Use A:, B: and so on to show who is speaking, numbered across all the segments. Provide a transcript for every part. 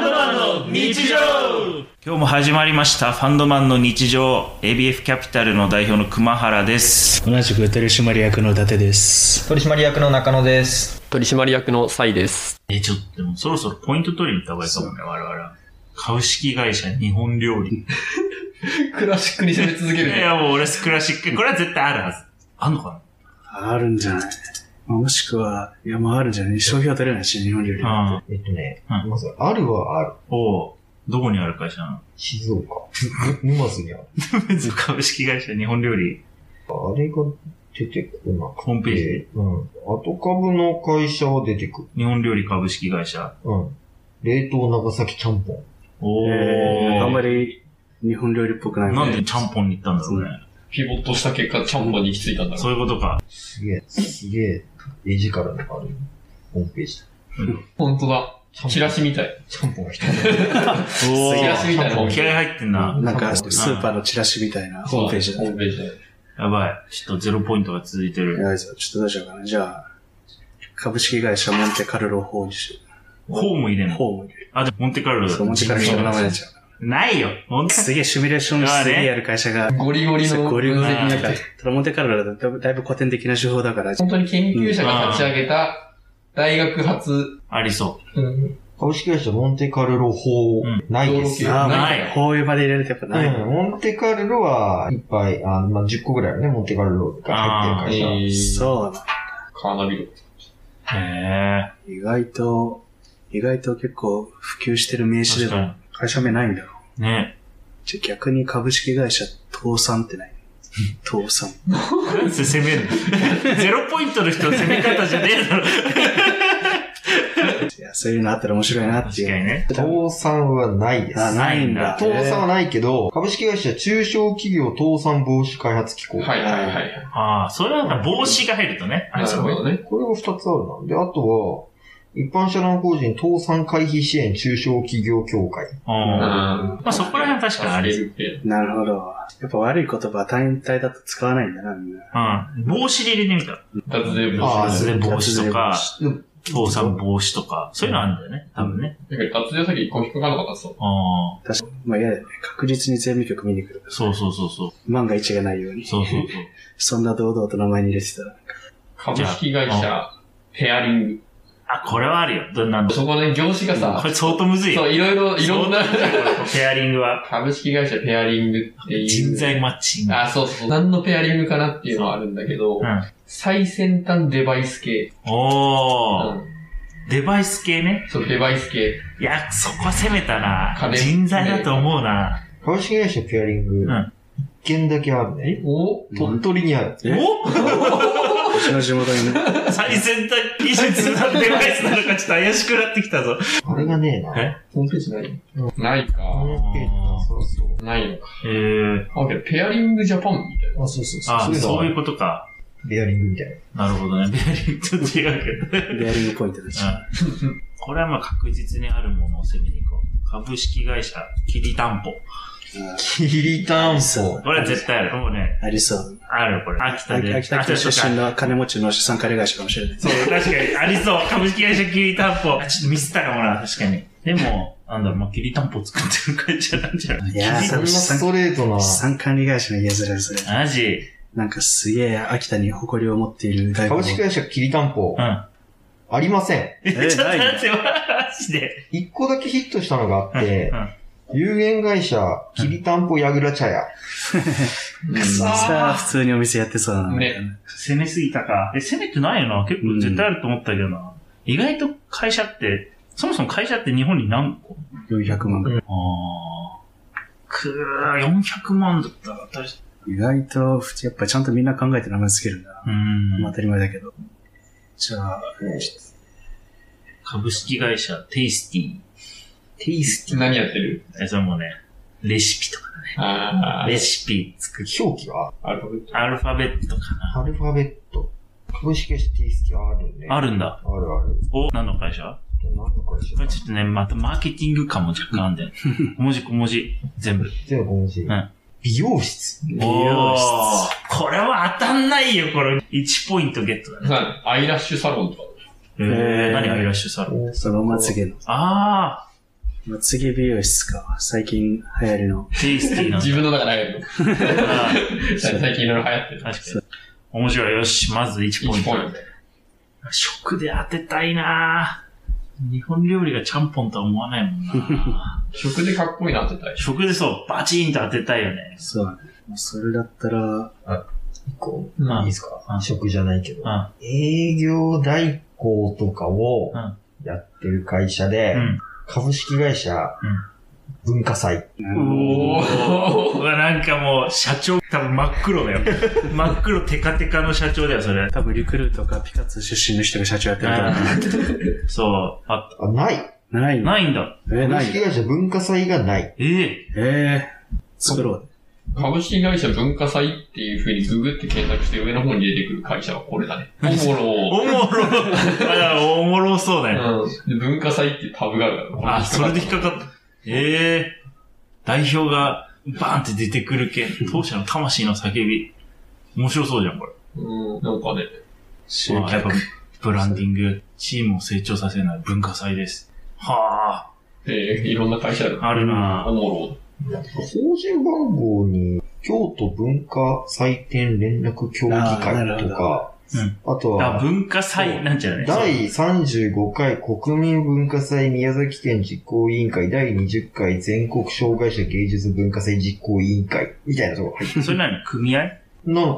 A: の日常
B: 今日も始まりましたファンドマンの日常 ABF キャピタルの代表の熊原です
C: 同じく取締役の伊達です
D: 取締役の中野です。
E: 取締役のサイです。
B: えちょっとでもそろそろポイント取りに行った方がいいかもね我々株式会社日本料理
D: クラシックに攻め続
B: い
D: ける。
B: やもう俺クラシックこれは絶対あるはずあんのか
C: あるんじゃない、まあもしくは、いや、まああるんじゃない商標取れないし、日本より。
B: なうん
D: えっとね、
B: う
D: まず、あるはある。
B: おうどこにある 会社な
D: 静岡。沼津にある。
B: の株式会社日本料理
D: あれが出てこなくて。
B: ホームページ
D: うん。後株の会社は出てくる。
B: 日本料理株式会社
D: うん。冷凍長崎ちゃんぽん。
B: おお、
C: えー、あんまり日本料理っぽくない
B: なんでちゃんぽんに行ったんだろうね
E: ピボットした結果、ちゃんぽんに行き着いたんだ
B: そういうことか
D: すげえ、すげえ、エジカルのあるホームページだ。
E: 本当だ。チラシみたい。
D: ちゃんぽんが一つ。
B: おお
E: チラシみたいなホームページ
B: 気合入ってんな
C: なんか、スーパーのチラシみたいなホームページだ
E: ホームページだ。
B: やばいちょっとゼロポイントが続いてる
C: やばいぞちょっとどうしようかな。じゃあ、株式会社モンテカルロ法にしよ
B: ホーム入れん
C: う。
B: の。
C: ホームで。
B: あ、でもモンテカルロだ
C: そう、モンテカルロの名前になっちゃうか
B: ないよ。モンテ
C: ら。すげえ、シミュレーションしてすげえやる会社が。
E: ゴリゴリの
C: ゴリゴリ
E: 分析
C: な
E: み
C: ん
E: た
C: か
E: い。
C: ただモンテカルロだとだいぶ古典的な手法だから、
E: 本当に研究者が立ち上げた、大学発、
B: ありそ
E: うん
D: 株式会社モンテカルロ法、
B: うん
D: ないです。
C: ああ、
B: ない
C: まあこういう場で入れるとやっぱない。
D: うん、モンテカルロはいっぱい、あのまあ、10個ぐらいあるね、モンテカルロが入ってる会社。
C: そう
E: カーナビロ。
B: う。へ
C: 意外と、意外と結構普及してる名
B: え。
C: 刺
B: 確
C: でも
B: か
C: 会社名ないんだろう。
B: に。ね
C: じゃあ逆に株式会社倒産ってない倒産。
B: なんで攻めるのゼロポイントの人の攻め方じゃねえだろ。
C: いや、そういうのあったら面白いなって
B: 確
C: い
B: か
C: う。
B: にね。
D: 倒産はないです。
C: あ、ないんだ。
D: 倒産は
C: な
D: ないけど、株式会社中小企業倒産防止開発機構。
E: はいはいはい。
B: ああ、それはなんか帽子が入るとね。あれ
E: なる
B: すごい。
E: ほどね。
D: これが2つあるな。で、あとは、一般社団法人倒産回避支援中小企業協会。
B: うん。
E: うん
B: ま
E: ま
B: あそこら辺は確かにあり。
E: るって。
C: い。なるほど。やっぱ悪い言葉は単体だと使わないんだな、みんな。
B: うん。帽子で入れてみたら。
E: 脱税部。
D: あー
B: 脱
D: そ
B: 税帽子とか、
D: で
B: 倒産防止とか、そういうのあるんだよね。多分ね。
E: だから脱税先一個引っかかんなかったっすよ。
B: ああ。
C: 確かに。まあ嫌だよね。確実に全部局見に来る。
B: そうそうそうそう。
C: 万が一がないように。
B: そうそうそう。
C: そんな堂々と名前に入れてたら。
E: 株式会社、ペアリング。
B: あ、これはあるよ。どんなんだ
E: そこね、業種がさ
B: こ、れ相当むずいよ
E: そ。う、いろいろ、いろんな、
B: ペアリングは。
E: 株式会社ペアリングっていう。
B: 人材マッチング。
E: あ、そうそう。何のペアリングかなっていうのはあるんだけど、
B: うん。
E: 最先端デバイス系。
B: おー、
E: うん
B: デバイス系ね。
E: そう、デバイス系。
B: いや、そこ攻めたな。
E: 金
B: 人材だと思うな。
D: 株式会社ペアリング、
B: ん
D: 一件だけあるね。
E: お
D: 鳥取にある。
C: えうちの地元にね。
B: お最先端技術のデバイスなのかちょっと怪しくなってきたぞ。
D: あれがねえな。
B: え
E: ホームページないないか。
D: ホームページだそうそう。
E: ないのか。
B: えー、
E: あ、けどペアリングジャパンみたいな。
D: あ、そうそうそう。
B: あ、そういううことか。
D: のペアリングみたいな。
B: なるほどね。ベアリングちょっと違うけど。うん
C: ベアリングポイントだし。
B: これはまあ確実にあるものを攻めに行こう。株式会社、きりたんぽ。
D: きりたんぽ。
B: これは絶対ある。もうね、
C: ありそう。
B: あるこれ。秋田で。
C: 秋田県出身の金持ちの資産管理会社かもしれない。
B: そう、確かに、ありそう。株式会社きりたんぽ。あちょっとミスったかもな、確かに。でも、なんだろう、まあ、きりたんぽ作ってる会社なんじゃない
C: いやー、
D: そ
C: そ
D: ん
C: の
D: な
C: 資
D: ス
C: 産
D: トレートな。
C: 資産管理会社の家面ですね。
B: マジ
C: なんかすげえ秋田に誇りを持っている外
D: 株
C: 国
D: 式会社きりたんぽ
B: う。ん。
D: ありません。
B: え、ちょっと
C: ないの
B: 待って、マジで。
D: 一個だけヒットしたのがあって
B: う、ん
D: 有限会社、きりたんぽやぐら茶屋。
E: うん
C: さあ、普通にお店やってそうなのに
E: ね
B: 攻めすぎたか。え、攻めてないよな。結構絶対あると思ったけどな。意外と会社って、そもそも会社って日本に何個
C: 400万。
B: あー。くー、400万だったら私、
C: 意外と、普通やっぱちゃんとみんな考えて名前つけるんだな。
B: うーん
C: まあ当たり前だけど。じゃあ、
B: 株式会社、テイスティ
D: テイステ
E: 何やってる
B: え、それもね、レシピとか。
E: あー
B: レシピ作る。
D: ィ。表記は
E: アルファベット。
B: アルファベットかな。
D: アルファベット。株式会社テイスティあるね。
B: あ
D: る。
B: るんだ。
D: あるある。
B: お、何の会社
D: 何の会社
B: こ
D: だ
B: れちょっとね、またマーケティング感も若干あんだ よね。小文字小文字。全部。
D: 全部同じ
B: ん。
D: 美容室。
B: 美
C: 容室
B: これは当たんないよ、これ。1ポイントゲットだね。
E: さアイラッシュサロンとか。
B: え
C: ー
B: 何がいらっしゃる
C: そのまつげの。
B: あ
C: まあ、次美容室か。最近流行りの。
B: テイスティーなん だ
E: 自分の中で流行る。
B: あ
E: 最近いろいろ流行って
B: ー確
E: る。
B: かに。面白い。よし、まず1ポイン
E: 1
B: ト
E: ポイ。ント。
B: 食で当てたいなぁ日本料理がちゃんぽんとは思わないもんな
E: 食でかっこいいなって たい。
B: 食でそう、バチーンと当てたいよね。
C: そうだね。まあそれだったら、
D: 一個、
B: うん
D: いいですか、
B: うん
D: 食じゃないけど。
B: うん。
D: 営業代行とかを
B: うん
D: やってる会社で、
B: うん。
D: 株式会社、文化祭。
B: お
E: お
B: ー
E: ー
B: うわなんかもう、社長、多分真っ黒だよ。真っ黒テカテカの社長だよ、それ。
C: 多分リクルートかピカツ出身の人が社長やってると思
B: そう、あっ
D: あ、ない。
C: う。ない
B: た。
C: の
B: ないんだ。
C: え、
D: 株
C: ない
D: 式会社文化祭がない。
B: ええ
C: えー、作ろう。
E: 株式会社文化祭っていう風にググって検索して上の方に出てくる会社はこれだね。おも
B: お
E: ろ
B: もろ。あら、おもろそうだよ。
E: うん。で、文化祭っていうタブがあるから。
B: あ、それで引っかかった。ええ代表が、バーンって出てくるけ当社の魂の叫び。面白そうじゃん、これ。
E: うん。なんかね、
C: 集
B: まあやっぱ
C: 客。、
B: ブランディング、チームを成長させるのは文化祭です。は
E: えーいろんな会社ある。
B: あ、ある
E: お
B: な
E: も
D: 法人番号に、京都文化祭典連絡協議
C: あーな
D: 会
C: るほ
D: とか、あと
B: ぁ。あ、
D: は、
B: 文化祭なんじゃない
D: 第35回国民文化祭宮崎県実行委員会第20回全国障害者芸術文化祭実行委員会みたいなとこ入って
B: そうそれ何組合
D: るなのかな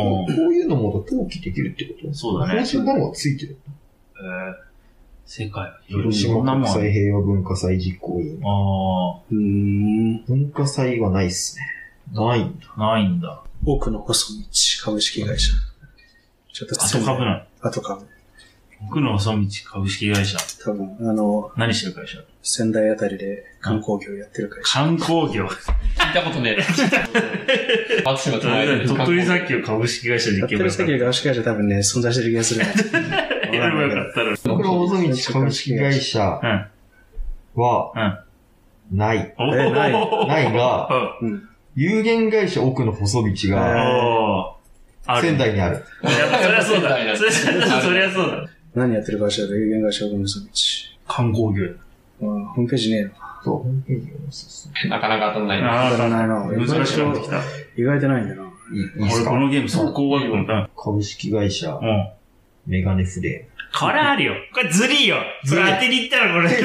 D: こ
B: あー
D: うこういうのも登記できるってこと
B: そうだね
D: 法人番号がついてる。
B: えー、世界は広
D: 広
B: い。そんな
D: 島
B: もん
D: 国
B: あ
D: 際
B: る。
D: 平和文化祭実行委員。
B: あ
C: うーん。
D: 文化祭はないっすね。ないんだ。
B: あ、ないんだ。
C: 奥の細道株式会社。ちょっと
B: あと株なの。
C: あと株。
B: 僕の細道株式会社。
C: 多分、あの、
B: 何してる会社
C: 仙台あたりで観光業やってる会社。
B: 観光業。
E: ろ。聞いたことねえ。松島と
B: 鳥取砂丘株式会社で
C: や
B: 行
C: って
B: けば
C: る
B: よかった。
C: 先が株式会社多分ね、存在してる気がする。
B: やればよかったら。
D: これ、大道株式会社は、ない。
B: お
C: えない
B: ー
D: ないが、
C: うん。
D: 有限会社奥の細道
B: うん。おー。
D: が、
B: ある。
D: 仙台にある。
B: やっぱそりゃそう
E: 仙台
B: だ。
E: だ
B: そりゃそうだ。そりゃそうだ。
C: 何やってる会社だ有限会社奥の細道。
B: 観光業。
C: まあ、ホームページねえの。
D: そう、ホームページが載せて
E: なかなか当たんないな。
B: あ
C: 当たらないな。
B: ー難しくなってきた。
C: 意外とないんだな。
D: るいいいいっ
B: 俺
D: す
B: こ
D: か
B: のゲーム速攻はうん。うん。
D: 株式会社、メガネフレ
B: これあるよ。これずりーよ。それ当てに行ったらこれ。
E: だ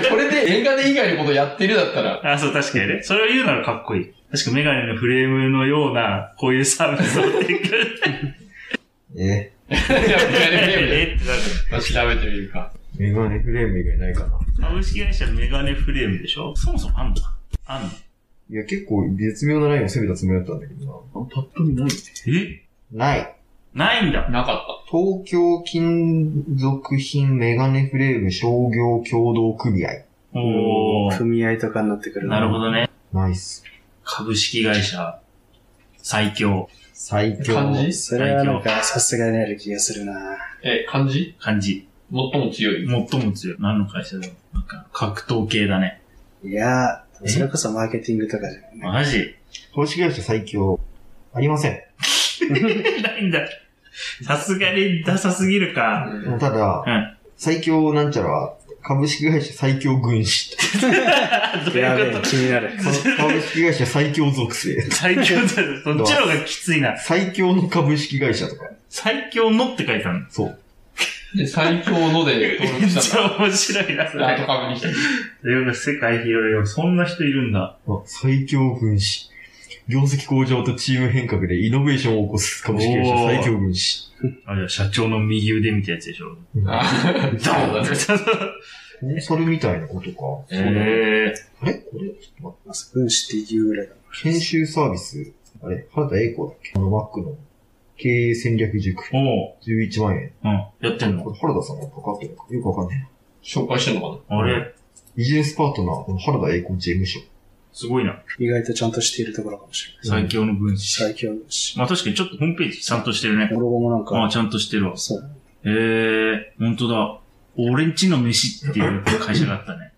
E: けどこれで映画で以外のことやってるだった ら、
B: あ、そう、確かにね。それを言うならかっこいい。確かメガネのフレームのような、こういうサービスを提供して
D: ーム。 え
E: いやメガネフレームで
B: えってなる。
E: まあ調べてみるか。
D: メガネフレーム以外ないかな。
B: 株式会社メガネフレームでしょそもそもあんのあんの
D: いや、結構絶妙なラインを攻めたつもりだったんだけどな。ぱっと見ない。
B: え
D: ない。
B: ないんだ。
E: なかっ
D: 東京金属品メガネフレーム商業協同組合。
B: おー。
C: 組合とかになってくる
B: なるほ
C: ど。
B: どね。
D: ナイス。
B: 株式会社、最強、
D: 最
E: た。
D: 強。
E: 漢字
C: それはなんか、さすがにある気がするな。
E: え、漢字
B: 感じ。
E: 最も強い。
B: 最も強い。何の会社だろうなんか、格闘系だね。
C: いや
B: え
C: ー、それこそマーケティングとかじゃない。
B: マジ
D: 株式会社最強。ありません。
B: ないんだ。さすがにダサすぎるか。
E: うん
D: ただ、
B: うん
D: 最強なんちゃらは、株式会社最強軍師。
B: どう
C: や
B: いう
C: べ
B: こ
C: え、気になる。
D: 株式会社最強属性。
B: と最強だ。そっちの方がきついな。
D: 最強の株式会社とか。
B: 最強のって書いてあるの。
D: そう。
E: で、最強 ので登
B: め
E: 録
B: っ
E: した
B: ち
E: ら、
B: ゃ面白いな、そ
E: アート
B: れ。
E: 株にしてる。
B: ということで世界広いよ。そんな人いるんだ。
D: あ最強軍師。業績向上とチーム変革でイノベーションを起こす株式会社最強軍師。
B: あ、じゃあ社長の右腕みたいなやつでしょ。
E: あ
B: ドーン
D: コンサルみたいなことか。
B: えー。
D: あれこれちょっと待っ
C: 分子っていうぐらいだ。
D: て。研修サービス。あれ原田栄子だっけあの、マックの経営戦略塾。
B: おう。
D: 11万円。
B: うん。やってんの
D: これ原田さんがかかってるのかよくわかんない。
E: 紹介してんのか
B: あれ、
D: ビジネスパートナー、この原田栄子事務所。
B: すごいな。
C: 意外とちゃんとしているところかもしれない。
B: 最強の軍師。
C: 最強だし。
B: まあ確かにちょっとホームページちゃんとしてるね。
C: ロゴもなん
B: ああ、
C: か、
B: ちゃんとしてるわ。
C: そう。
B: ええー、ほんとだ。俺んちの飯っていう会社があった ね。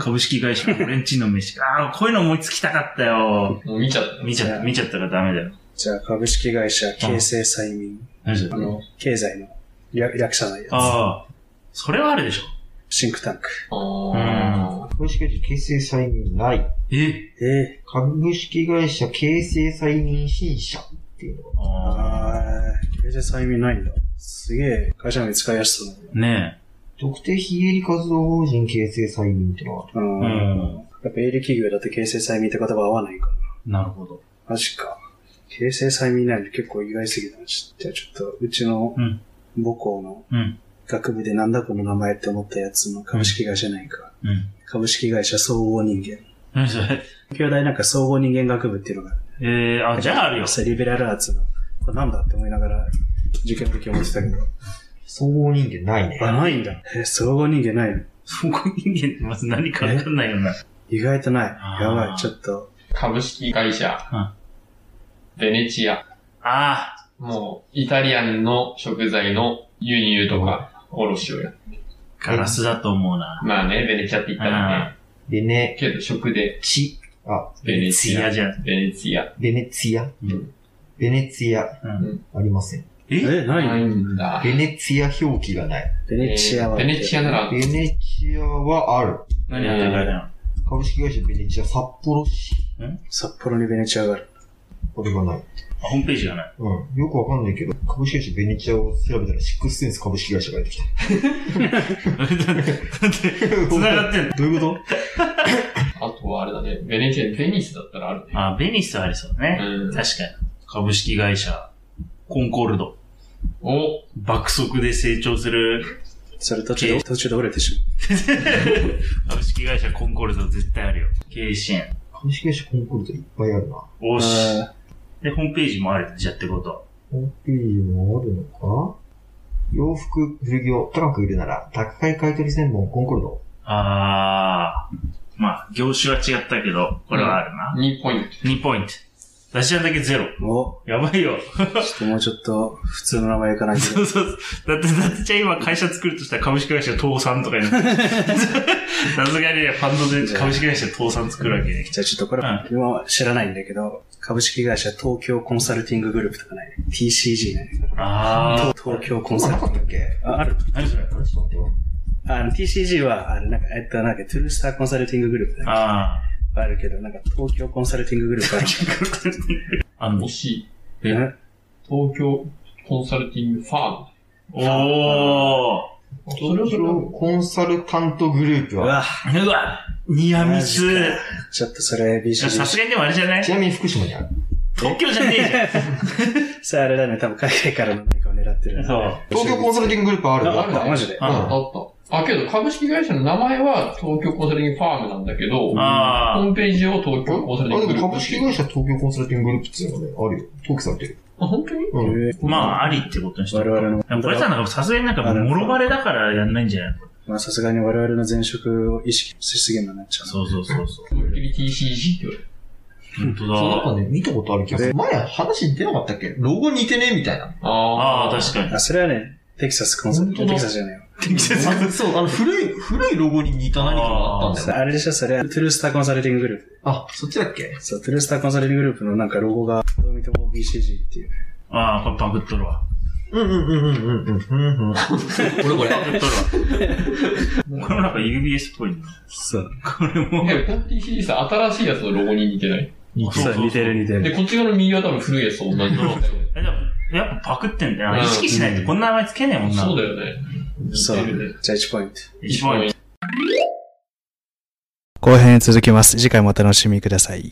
B: 株式会社俺んちの飯。ああ、こういうの思いつきたかったよ。
E: なもう見ちゃった。
B: 見ちゃった、見ちゃったからダメだよ。
C: じゃあ、株式会社、形成催眠。
B: 何それ
C: あの、経済の略略さないや
B: ああ、それはあるでしょ。
C: つ。シンクタンク。
E: あー
D: 株式会社形成再任ない。
B: え
C: え
D: 株式会社形成再任新社っていうのが。
B: あ
C: あー、経済催眠ないんだ。すげえ、会社名使いやすそう
B: ー
C: だ
B: ね
D: 特定非営利活動法人形成再任ってのがある。
C: な。
B: え。
C: う。
B: うんん。
C: やっぱ営利企業だって形成催眠って言葉合わないから。
B: なるほど。
C: マジか。形成催眠ないの結構意外すぎたな。ちょじゃあちょっと、うちの
B: うん
C: 母校の
B: うん。
C: 学部でなんだこの名前って思ったやつの株式会社ないか。
B: うん。
C: 株式会社総合人間。
B: 何それ
C: 東大なんか総合人間学部っていうのがある
B: えー、あ、じゃああるよ。
C: そうリベラルアーツの、これなんだって思いながら受験の時思ってたけど。
D: 総合人間ないね。
C: あ、ないんだ。え、総合人間ないの
B: そこ人間ってまず何かわかんないよな。
C: 意外と
B: あ
C: ない。
B: ー
C: やばい、ちょっと。
E: 株式会社、ベネチア。
B: あ
E: もう、イタリアンの食材の輸入とか、卸をやる。
B: ー、ガラスだと思うな。
E: まあね、ベネチアって言ったらね、
D: ベネ、
E: けど食で、
D: チ、あ、
E: ベネ
B: ツ
E: チ
B: ヤ
E: ア。
B: じゃん。
E: ベネチア。
D: ベネツィア
E: うん
D: ベネツィア、
B: うん
D: ありません。
B: え
C: え、な
E: ないいんだ。
D: ベネツィア表記がない。
C: ベネチアは。
E: ベネチアなら
D: ベ、ネチアはある。
B: 何やってるかだよ。
D: 株式会社ベネチア札幌市。
C: 札幌にベネチアがある。
D: これがない。
B: あホームページがない。
D: うん。よくわかんないけど、株式会社ベネチアを調べたらシックスセンス株式会社が出てきた。
B: だって、だって繋がってんの
D: どういうこ
E: あとはあれだね、ベネチア、ベニスだったらあるね。
B: あ、ベニスありそうね。
E: うん
B: 確かに。株式会社、コンコルド。
E: お、
B: 爆速で成長する
C: それ途中で、途中で折れてし
B: 株式会社コンコルド絶対あるよ。経営支援。
D: と株式会社コンクールといっぱいあるな。
B: お
C: ま
B: ー
C: う。
B: し。
C: あ
B: で、ホームページもあるじゃあってこと。
D: ホームページもあるのか洋服、古着を高く売るなら、高い買い取り専門コンコルド。
B: あー。まあ、業種は違ったけど、これはあるな。
E: 2ポイント。
B: 2ポイント。ダシアンだけゼロ。
C: ーお、
B: やばいよ。
C: ちょっともうちょっと、普通の名前い かないけ
B: そ
C: ど。
B: うそうそう。だって、だってじゃあ今会社作るとしたら株式会社倒産とかに なってるさすがにね、ファンドで株式会社倒産作るわけね。
C: じゃあちょっとこれ
B: うん、
C: 今は知らないんだけど、株式会社東京コンサルティンググループとかない。TCG ね。
B: あ
C: 東東京コ
D: こ
C: ン
D: んなん
C: サ
D: な
C: ルティング。
D: かったっけ
C: あ、ある
B: ー。何それ
D: あれちょっと待ってよ。
C: あの、TCG は、あの、なんか、えっと、なんだっけ、トゥルースターコンサルティンググループだっ
B: あ
C: けあるけど、なんか、東京コンサルティンググループ ある
B: ー。あの、
E: 西、
B: え
C: うん
E: 東京コンサルティングファーム。
B: お
E: それはそれは
D: コンサルタントグループ
C: う
D: は、
C: わ、
B: ー。うわニアミス。
C: ちょっとそれ、BCG。
B: さすがにでもあれじゃない
D: ちなみに福島にある。
B: 東京じゃねえ
C: さあ、あれだね、多分海外からの何かを狙っ
B: じ
C: て
B: ゃ
C: る
B: ん。そう。
D: 東京コンサルティンググループある
C: あ
D: よ
C: あるんだ、マジで。
B: あ
E: あったあった。あ、けど株式会社の名前は東京コンサルティングファームなんだけど、ホー
B: あ
E: ムページを東京コンサルティン
D: あ
E: ググ
D: で
E: ル
D: も
E: ープ
D: 株
E: って
D: 式
E: いう。
D: 会社東京コンサルティンググループっていうのがね、あるよ。登記されてる。
E: あ、本当に
D: う
C: え
D: ん。
C: ー
B: あ。まあ、ありってことにして
C: 我々の
B: でもこれさ、なんかさすがになんかもう、もろバレだからやんないんじゃないの
C: まあ、さすがに我々の前職を意識しすぎるようになっちゃうな。
B: そうそうそうそう。
E: 思いっきり TCG って言われる。
B: 本当
D: そう、なん
B: だ。
D: かね、見たことある気がする。前話出なかったっけロゴ似てねみたいな。
E: あ
B: ああ、確かに。
C: あ、それはね、テキサスコンサル、
E: 本
C: テ
E: 当だ
C: キサスじゃないよ。
D: そう、あの、古い、古いロゴに似た何かがあったんだよ。
C: あれでしょ、それはトゥルースターコンサルティンググルー
D: あ、そっちだっけ
C: プ。そう、トゥルースターコンサルティンググループのなんかロゴが、どう見ても BCG っていう。
B: ああ、これパクっとるわ。
D: うんうんうんうんうんうんうん。これこれ。
B: パクっとるわ。これもなんか UBS っぽいな。
C: そう。
B: これも。
E: に。え、この TCG さ、新しいやつのロゴに似てない。
C: 似
B: そうそうそう
C: 似てる似て
E: で、
C: る。
E: こっち側の右は多分古いやつと同じだよね。
B: え、でも、やっぱパクってんだ
E: うん
B: よ。意識しないとこんな名前つけねえもんな。
E: そうだよね。
C: そう。
E: 似てるね
C: じゃあ1ポイント。
B: 一番いい
C: 後編続きます。次回もお楽しみください。